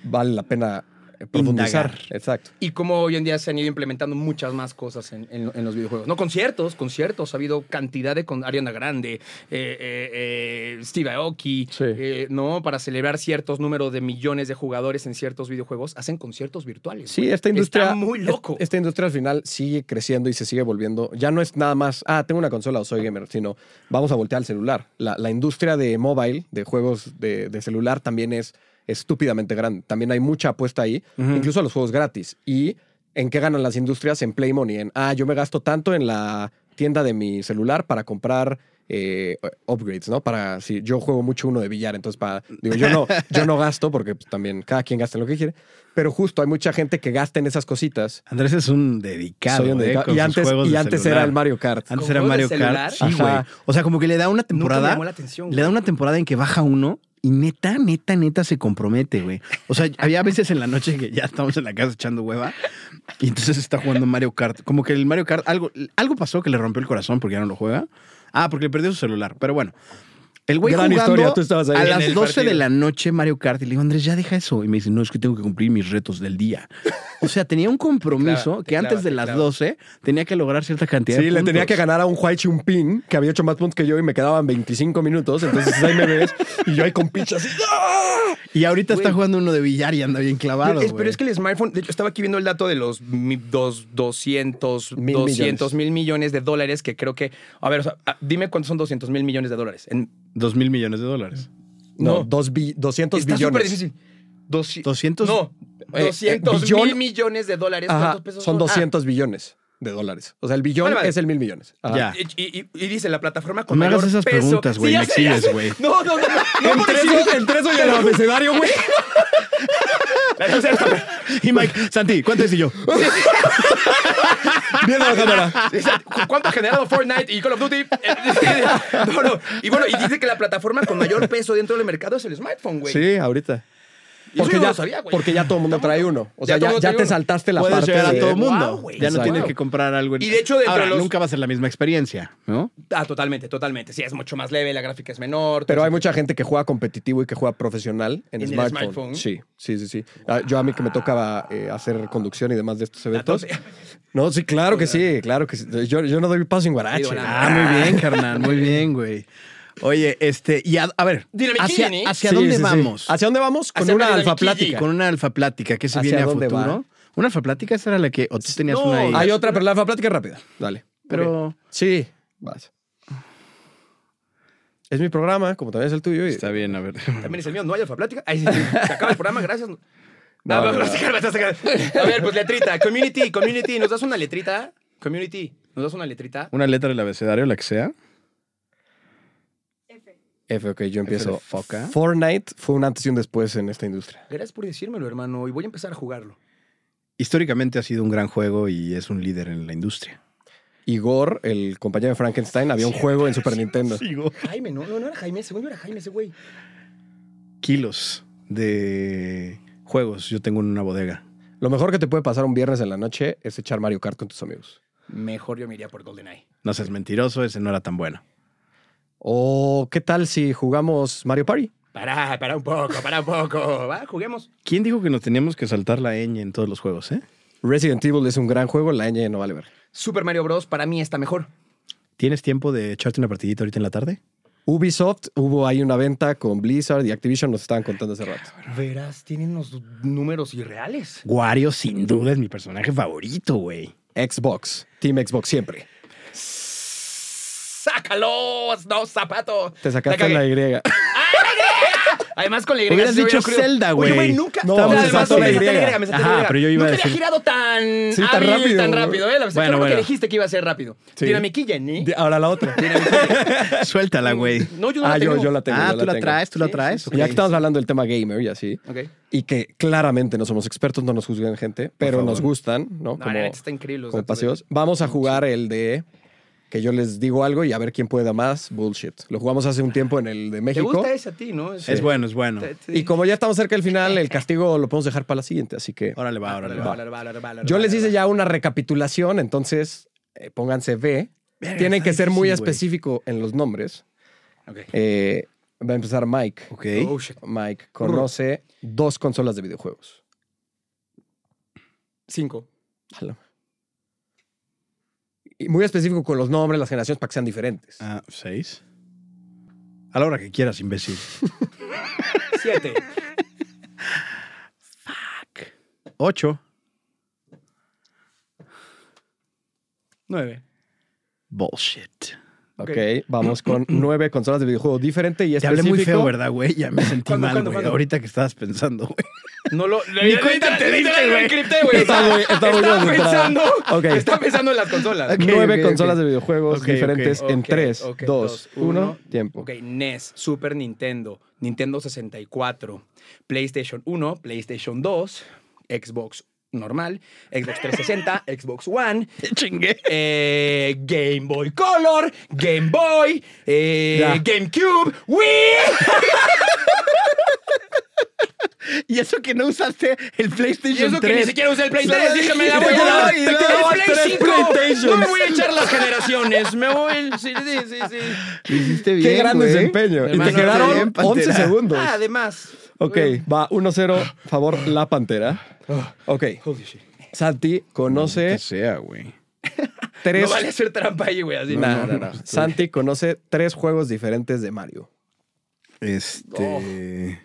vale la pena eh, profundizar. Indagar. Exacto. Y cómo hoy en día se han ido implementando muchas más cosas en, en- en los videojuegos. No, conciertos, conciertos. Ha habido cantidad de con Ariana Grande, eh, eh, eh, Steve Aoki, Sí. eh, ¿no? Para celebrar ciertos números de millones de jugadores en ciertos videojuegos, hacen conciertos virtuales. Sí, güey. esta industria. Está muy loco. Esta industria al final sigue creciendo y se sigue volviendo. Ya no es nada más, ah, tengo una consola o soy gamer, sino vamos a voltear al celular. La, la industria de mobile, de juegos de, de celular, también es estúpidamente grande. También hay mucha apuesta ahí, incluso a los juegos gratis. ¿Y en qué ganan las industrias? En Play Money. En, ah, yo me gasto tanto en la tienda de mi celular para comprar. eh, upgrades, ¿no? Para si yo juego mucho uno de billar, entonces para digo yo no yo no gasto porque pues, también cada quien gasta en lo que quiere, pero justo hay mucha gente que gasta en esas cositas Andrés es un dedicado. Soy un eh, dedicado. con y sus antes, juegos y de antes celular. Ah, era el Mario Kart. Antes ¿Con juegos era de Mario celular? Kart. Sí, Ajá. güey. O sea, como que le da una Nunca me temporada. llamó la atención, le da güey. una temporada en que baja uno y neta, neta, neta se compromete, güey. O sea, había veces en la noche que ya estamos en la casa echando hueva y entonces está jugando Mario Kart. Como que el Mario Kart, algo, algo pasó que le rompió el corazón porque ya no lo juega. Ah, porque le perdió su celular. Pero bueno, El güey Gran jugando historia, tú estabas ahí. a En las el 12 de partido. la noche Mario Kart. Y le digo, Andrés, ya deja eso. Y me dice, no, es que tengo que cumplir mis retos del día. O sea, tenía un compromiso Te clava, que te antes de clava, las te clava. 12 tenía que lograr cierta cantidad Sí, de le tenía puntos. que ganar a un Huay un pin que había hecho más puntos que yo y me quedaban 25 minutos. Entonces ahí me ves y yo ahí con ¡ah! pinchas. Y ahorita está Güey. jugando uno de billar y anda bien clavado, Pero es, güey. pero es que el smartphone, de hecho, estaba aquí viendo el dato de los mi- dos, 200, Mil 200 mil millones de dólares, que creo que. A ver, o sea, ah, dime cuántos son 200 mil millones de dólares. En, Dos mil millones *laughs* de dólares. No, No. dos bi- 200 está súper billones. difícil. Doci- 200 No, eh, 200 billón. mil millones de dólares. Ajá, ¿Cuántos pesos son Ah, 200 billones de dólares. O sea, el billón Vale, vale. es el mil millones. Ajá. Ya. Y, y- y- y dice la plataforma con No me hagas mayor esas peso- preguntas, güey, Sí, ya me sé, ya exhibes, sé. güey. No, no, no. *laughs* no, no por Entre decir- eso, entre *laughs* eso y el abecedario, güey. Y Mike, Santi, ¿cuánto es y *laughs* yo? Viendo la cámara. O sea, ¿cu- ¿Cuánto ha generado Fortnite y *laughs* Call of Duty? Eh, No, no. Y bueno, y dice que la plataforma con mayor peso dentro del mercado es el smartphone, güey. Sí, ahorita. Y eso Porque yo ya, no lo sabía, güey. porque ya todo el mundo trae uno. O sea, Ya todo ya, mundo ya trae te uno. saltaste la Puedes parte llegar a de- todo el Wow, mundo. güey. ya no Exacto. tienes que comprar algo. en- Y de hecho, dentro Ahora, de los- nunca va a ser la misma experiencia, ¿no? Ah, totalmente, totalmente. Sí, es mucho más leve, la gráfica es menor. Pero todo hay eso. mucha gente que juega competitivo y que juega profesional en, En el smartphone. smartphone. Sí, sí, sí, sí. Ah, Yo a mí que me tocaba eh, hacer conducción y demás de estos eventos. tos- No, sí, claro que sí, claro que sí. Yo, yo no doy paso en guarache. Sí, Ah, muy bien, carnal, muy bien, güey. Oye, este, y a, a ver, Dinamiquillo, ¿hacia, ¿eh? hacia Sí, dónde sí, sí. vamos? ¿Hacia dónde vamos? Con Hacia una una alfa dinamiquilla. plática. Con una alfaplática que se ¿Hacia viene a dónde futuro. va? Una alfaplática, esa era la que. O tú tenías No, una ahí. Hay otra, pero la alfa plática es rápida. Dale. pero. Sí, vas. Es mi programa, como también es el tuyo. y- Está bien, a ver. *laughs* También es el mío, no hay alfa plática. Ay, sí, se acaba el programa, gracias. *laughs* No, no, vas no. a sacar, vas a sacar. A ver, pues letrita, community, community, ¿nos das una letrita? Community, ¿nos das una letrita? Una letra del abecedario, la que sea. F, ok, yo empiezo. de foca. Fortnite fue un antes y un después en esta industria. Gracias por decírmelo, hermano, y voy a empezar a jugarlo. Históricamente ha sido un gran juego y es un líder en la industria. Igor, el compañero de Frankenstein, había un juego en Super Nintendo. Jaime, no, no, no era Jaime, según yo era Jaime ese güey. Kilos de juegos yo tengo en una bodega. Lo mejor que te puede pasar un viernes en la noche es echar Mario Kart con tus amigos. Mejor yo me iría por GoldenEye. No seas mentiroso, ese no era tan bueno. O, ¿qué tal si jugamos Mario Party? Pará, pará un poco, pará un poco. Va, juguemos. ¿Quién dijo que nos teníamos que saltar la ñ en todos los juegos, eh? Resident Evil es un gran juego, la ñ no vale ver. Super Mario Bros. para mí está mejor. ¿Tienes tiempo de echarte una partidita ahorita en la tarde? Ubisoft, hubo ahí una venta con Blizzard y Activision, nos estaban contando hace rato. Verás, tienen los números irreales. Wario sin duda es mi personaje favorito, güey. Xbox, Team Xbox siempre. ¡Sácalos! ¡No, zapato! Te sacaste cagué. la Y. *laughs* Además, con la Y. Hubieras sí, dicho yo creo- Zelda, Oye, güey. nunca. No, Claro, me además, saltó me la salté Y. la Y, me salté la Ajá, Y. pero yo iba Nunca a había decir- girado tan. Sí, tan hábil, rápido. Tan rápido, ¿eh? La Bueno, bueno, bueno. que dijiste que iba a ser rápido. Sí. Dinamiquilla, ¿eh? Ahora la otra. *laughs* Suéltala, güey. No, yo no Ah, la tengo. yo, yo la tengo. ah, yo tú la tengo. traes, tú la Sí, traes. sí, ok. Ya que estamos hablando del tema gamer y así, Ok. y que claramente no somos expertos, no nos juzguen gente, pero nos gustan, ¿no? No, la neta está increíble los como datos de- paseos. Vamos a jugar el de que yo les digo algo y a ver quién pueda más. Bullshit. Lo jugamos hace un tiempo en el de Te México. gusta ese a ti, ¿no? Es bueno, es bueno. Y como ya estamos cerca del final, el castigo lo podemos dejar para la siguiente. Así que Órale, va, órale, va. yo les hice ya una recapitulación, entonces eh, pónganse B. Verga, Tienen está que ser muy difícil, güey. específico en los nombres. Ok. Eh, va a empezar Mike. Ok. Oh, shit. Mike conoce dos consolas de videojuegos. Cinco. Jalo. Y muy específico con los nombres, las generaciones, para que sean diferentes. Ah, seis. A la hora que quieras, imbécil. Siete. Ocho. Nueve. Bullshit. Ok, Ok. vamos *clears throat* con nueve consolas de videojuego diferente y Te específico. hablé muy feo, ¿verdad, güey? Ya me sentí ¿Cuándo, mal, cuándo, güey. cuándo? Ahorita que estabas pensando, *laughs* güey. No lo. Ni cuenta te diste, literal, lo güey. encripté, güey. Está muy- está muy Estaba bien entrada. pensando. Ok. Está pensando en las consolas. Ok, *laughs* nueve ok, ok. consolas de videojuegos Ok, diferentes en Ok, tres, ok, dos, dos, uno, uno. tiempo. Ok, NES, Super Nintendo, Nintendo 64, PlayStation 1, PlayStation 2, Xbox normal, Xbox *laughs* 360, Xbox One, Chingue. eh, Game Boy Color, Game Boy, eh, Ya. GameCube, Wii. Y eso que no usaste el PlayStation 3. Y eso que ni siquiera usé el Play Sí, 3, dije, me la voy a te dar. quedaba- Te te quedaba quedaba el tres Play 5. No PlayStations. me voy a echar las generaciones. Me voy. Sí, sí, sí. sí. Lo hiciste bien, Qué gran güey. desempeño. Y Hermano, te qué quedaron 11 bien, Pantera. segundos. Ah, además. Ok, va 1-0, favor la pantera. Ah. Ok. Santi conoce Que sea, güey. tres. No vale hacer trampa ahí, güey. Así. Nah, nah, nah. Santi conoce tres juegos diferentes de Mario. Este.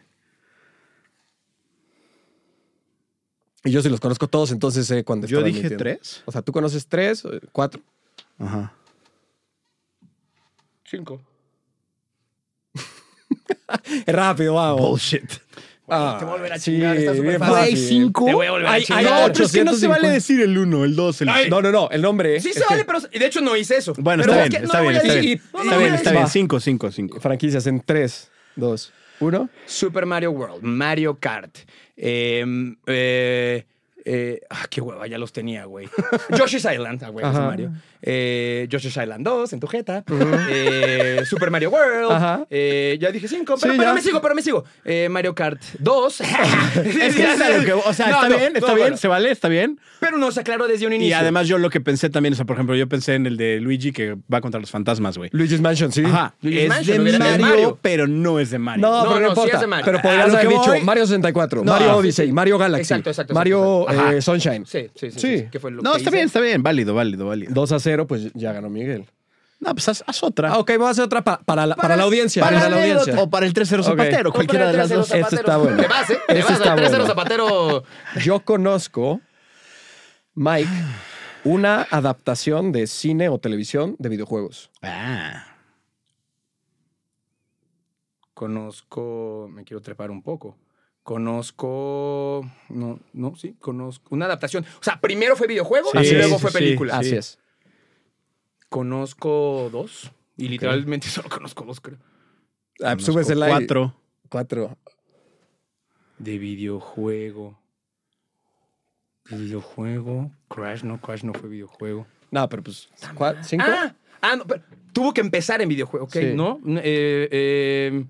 Y yo sí los conozco todos, entonces sé cuándo Yo estaban dije mintiendo. tres. O sea, tú conoces tres, eh, cuatro. Ajá. Cinco. Eh, Rápido, vamos. Bullshit. Ah, Te voy a volver a sí, chingar, está súper bien fácil. fácil. Güey, cinco. Te voy a volver a Ay, chingar. ay, No, pero es que no 850. se vale decir el uno, el dos, el. Ay. No, no, no, el nombre. Sí es se vale, que- pero de hecho no hice eso. Este, Bueno, Pero está es bien, que está no bien, voy a está decir- bien. no, no Está voy bien, a está decir. bien. Va. Cinco, cinco, cinco. Franquicias en tres, dos, uno. Super Mario World, Mario Kart. Eh, eh, eh, ah, qué hueva, ya los tenía, *laughs* güey. Yoshi's Island, ah, güey, ese Ajá. Mario. Eh, Yoshi's Island 2 en tu jeta. Eh, Super Mario World. Ajá. Eh, ya dije 5, Sí, pero, pero ya. me sigo, pero me sigo. Eh, Mario Kart *laughs* *laughs* 2. Es que es a lo que- O sea, No, está no, bien, está no, bien, bueno. se vale, está bien. Pero no se aclaró desde un inicio. Y además yo lo que pensé también, o sea, por ejemplo, yo pensé en el de Luigi que va contra los fantasmas, güey. Luigi's Mansion, sí. Ajá. Luigi's es Mansion, de hubiera sido Mario, Mario. pero no es de Mario. No, No, pero no, no sí importa. es de Mario. Pero A podrías lo haber que dicho voy- Mario 64, No. Mario Sí, Odyssey, sí. Mario Galaxy, Exacto, exacto, exacto, Mario exacto. Ajá. eh, Sunshine. Sí, sí, sí. Sí. sí, ¿Qué fue lo No, que está hice? bien, está bien, válido, válido, válido. 2 a 0, pues ya ganó Miguel. No, pues haz, haz otra. Ah, ok, voy a hacer otra pa- para, la, para, la audiencia. Para, la el audiencia. O para el 3-0 Zapatero, Ok. Compra cualquiera de el las 3-0 dos. Esto Zapatero. está bueno. Te vas, ¿eh? Te Esto vas está al 3-0 bueno. Zapatero. Yo conozco, Mike, una adaptación de cine o televisión de videojuegos. Ah, Conozco, me quiero trepar un poco. Conozco, no, no, sí, conozco una adaptación. O sea, primero fue videojuego Sí, y luego sí, fue sí. película. Así es. Conozco dos y literalmente *laughs* solo conozco dos, creo. Ah, conozco Subes el aire. Cuatro. Cuatro. De videojuego. De videojuego. Crash, no, Crash no fue videojuego. No, pero pues, ¿cuá- ¿cinco? Ah, ah, no, pero tuvo que empezar en videojuego, ok, Sí. ¿no? Eh, eh,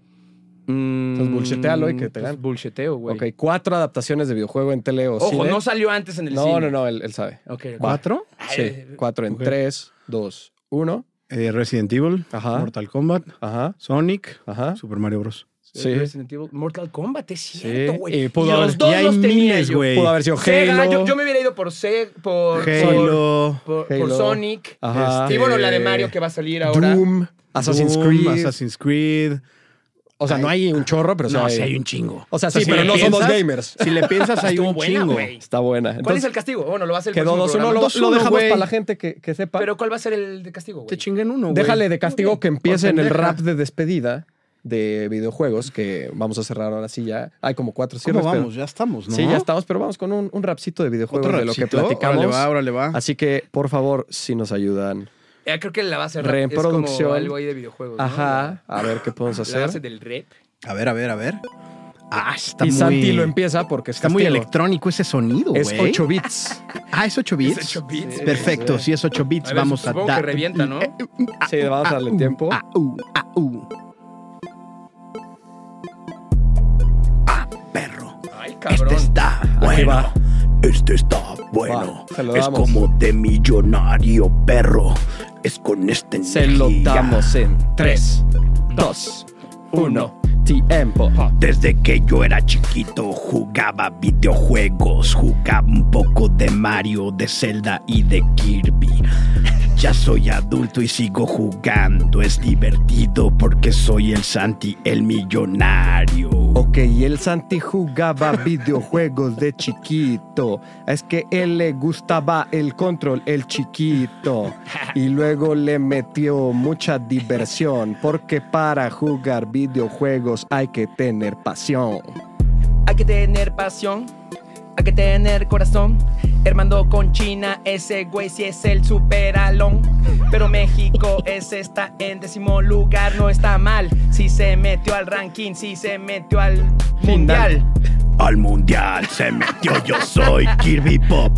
mm, Pues bullshetealo y que te pues gane. bullsheteo, güey. ok, cuatro adaptaciones de videojuego en tele o Ojo, cine. no salió antes en el no, cine. no, no, él, él sabe. Ok, ok. ¿Cuatro? Sí, cuatro en ok. tres, dos, uno. Eh, Resident Evil, Ajá. Mortal Kombat, Ajá, Sonic, ajá. Super Mario Bros. Sí. Resident Evil, Mortal Kombat, es cierto, güey. y pudo Y haber- los dos y hay los tenía miles, yo. güey. Pudo haber sido eh, Sega, Halo. yo, yo me hubiera ido por Sega, por, por- Halo, por, por Halo. Sonic. Ajá. Este, Y bueno, la de Mario que va a salir ahora. Doom, Assassin's Doom, Creed. Assassin's Creed. O sea, no hay un chorro, pero sí No, sí hay un chingo. O sea, sí, si pero le no somos piensas- gamers. Si le piensas, hay Estuvo un buena, chingo. güey. Está buena. ¿Cuál Entonces, es el castigo? Bueno, lo va a hacer el Quedó próximo 2-1, programa. lo, Dos, lo uno, dejamos güey. para la gente que, que sepa. Pero ¿cuál va a ser el de castigo, güey? Te chingan uno, güey. Déjale de castigo que empiece en el pendeja. rap de despedida de videojuegos, que vamos a cerrar ahora sí ya. Hay como cuatro ¿Cómo cierres. pero- vamos? Ya estamos, ¿no? Sí, ya estamos, pero vamos con un, un rapcito de videojuegos Otro de lo que rapcito. platicamos. Órale va, órale va. Así que, por favor, si nos ayudan. Eh, creo que la va a hacer rap. Es como Reproducción. algo ahí de videojuegos. ¿no? Ajá, a ver qué podemos La, la base hacer. del rap. A ver, a ver, a ver. Ah, está Y muy... Santi lo empieza porque es Está muy castigo. electrónico ese sonido, güey. Es 8 bits. Ah, es 8 bits. Es 8 bits. Perfecto, sí, es 8 A bits. ver, Vamos a supongo dar. que revienta, Eh, ¿no? *laughs* Sí, vamos a darle tiempo. Ah, uh, ah, uh. Ah, perro. Ay, cabrón. Este está bueno. va. Este está bueno. Va, se lo es damos. como de millonario perro. Es con este Se lo energía. damos en 3, 2, 1. Tiempo. Desde que yo era chiquito jugaba videojuegos, jugaba un poco de Mario, de Zelda y de Kirby. Ya soy adulto y sigo jugando, es divertido porque soy el Santi, el millonario. Ok, y el Santi jugaba videojuegos de chiquito. Es que él le gustaba el control, el chiquito. Y luego le metió mucha diversión, porque para jugar videojuegos hay que tener pasión. Hay que tener pasión, hay que tener corazón. Hermando con China, ese güey sí es el superalón. Pero México ese está en décimo lugar, no está mal. Si se metió al ranking, si se metió al mundial. Al mundial se metió, yo soy Kirby Pop.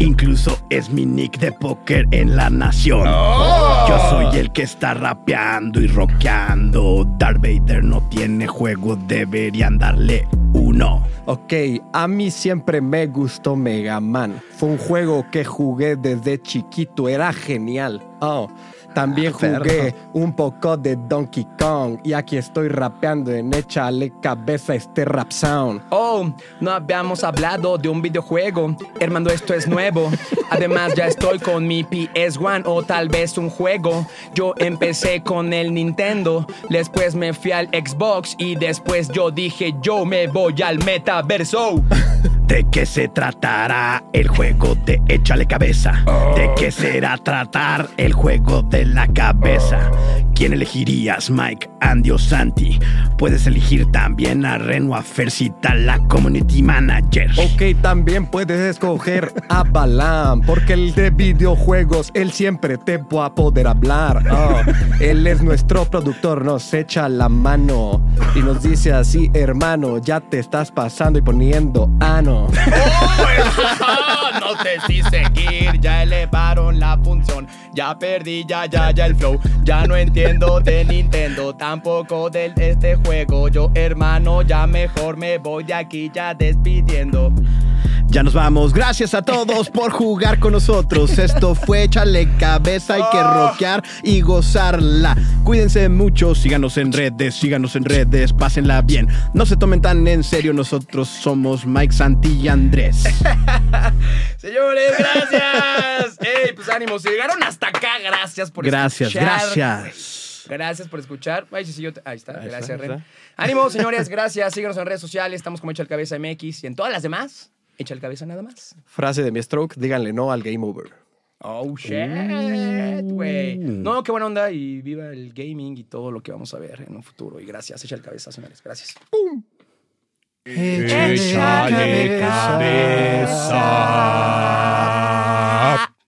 Incluso es mi nick de póker en la nación. Yo soy el que está rapeando y rockeando. Darth Vader no tiene juego, deberían darle 1. Ok, a mí siempre me gustó Mega Man. Fue un juego que jugué desde chiquito, era genial. Oh, también perro. jugué un poco de Donkey Kong y aquí estoy rapeando en Échale Cabeza este rap sound. Oh, no habíamos hablado de un videojuego. Hermano, esto es nuevo. Además, ya estoy con mi PS1 o tal vez un juego. Yo empecé con el Nintendo, después me fui al Xbox y después yo dije, yo me voy al metaverso. ¿De qué se tratará el juego de échale cabeza? ¿De qué será tratar el juego de la cabeza? ¿Quién elegirías, Mike, Andy o Santi? Puedes elegir también a Reno a Fercita, la community manager. Ok, también puedes escoger a Balam, porque el de videojuegos, él siempre te va a poder hablar. Oh, él es nuestro productor, nos echa la mano y nos dice así, hermano, ya te estás pasando y poniendo ano. Ah, no te si seguir, ya elevaron la función. Ya perdí, ya, ya, ya el flow. Ya no entiendo de Nintendo, tampoco de este juego. Yo, hermano, ya mejor me voy de aquí, ya despidiendo. Ya nos vamos. Gracias a todos por jugar con nosotros. Esto fue Échale Cabeza. Hay que Ah. rockear y gozarla. Cuídense mucho. Síganos en redes. Síganos en redes. Pásenla bien. No se tomen tan en serio. Nosotros somos Mike Santi y Andrés. Señores, gracias. *laughs* Ey, pues ánimo, si llegaron hasta acá, gracias *laughs* por Gracias, escuchar. gracias. Gracias por escuchar. Ay, sí, sí, yo te- Ahí está, gracias, Ren. Ánimo, *laughs* señores, gracias. Síganos en redes sociales. Estamos como Echa el Cabeza MX y en todas las demás, Echa el Cabeza nada más. Frase de mi stroke, díganle no al game over. Oh, shit, güey. No, qué buena onda y viva el gaming y todo lo que vamos a ver en un futuro. Y gracias, echa el cabeza, señores. Gracias. Échale cabeza.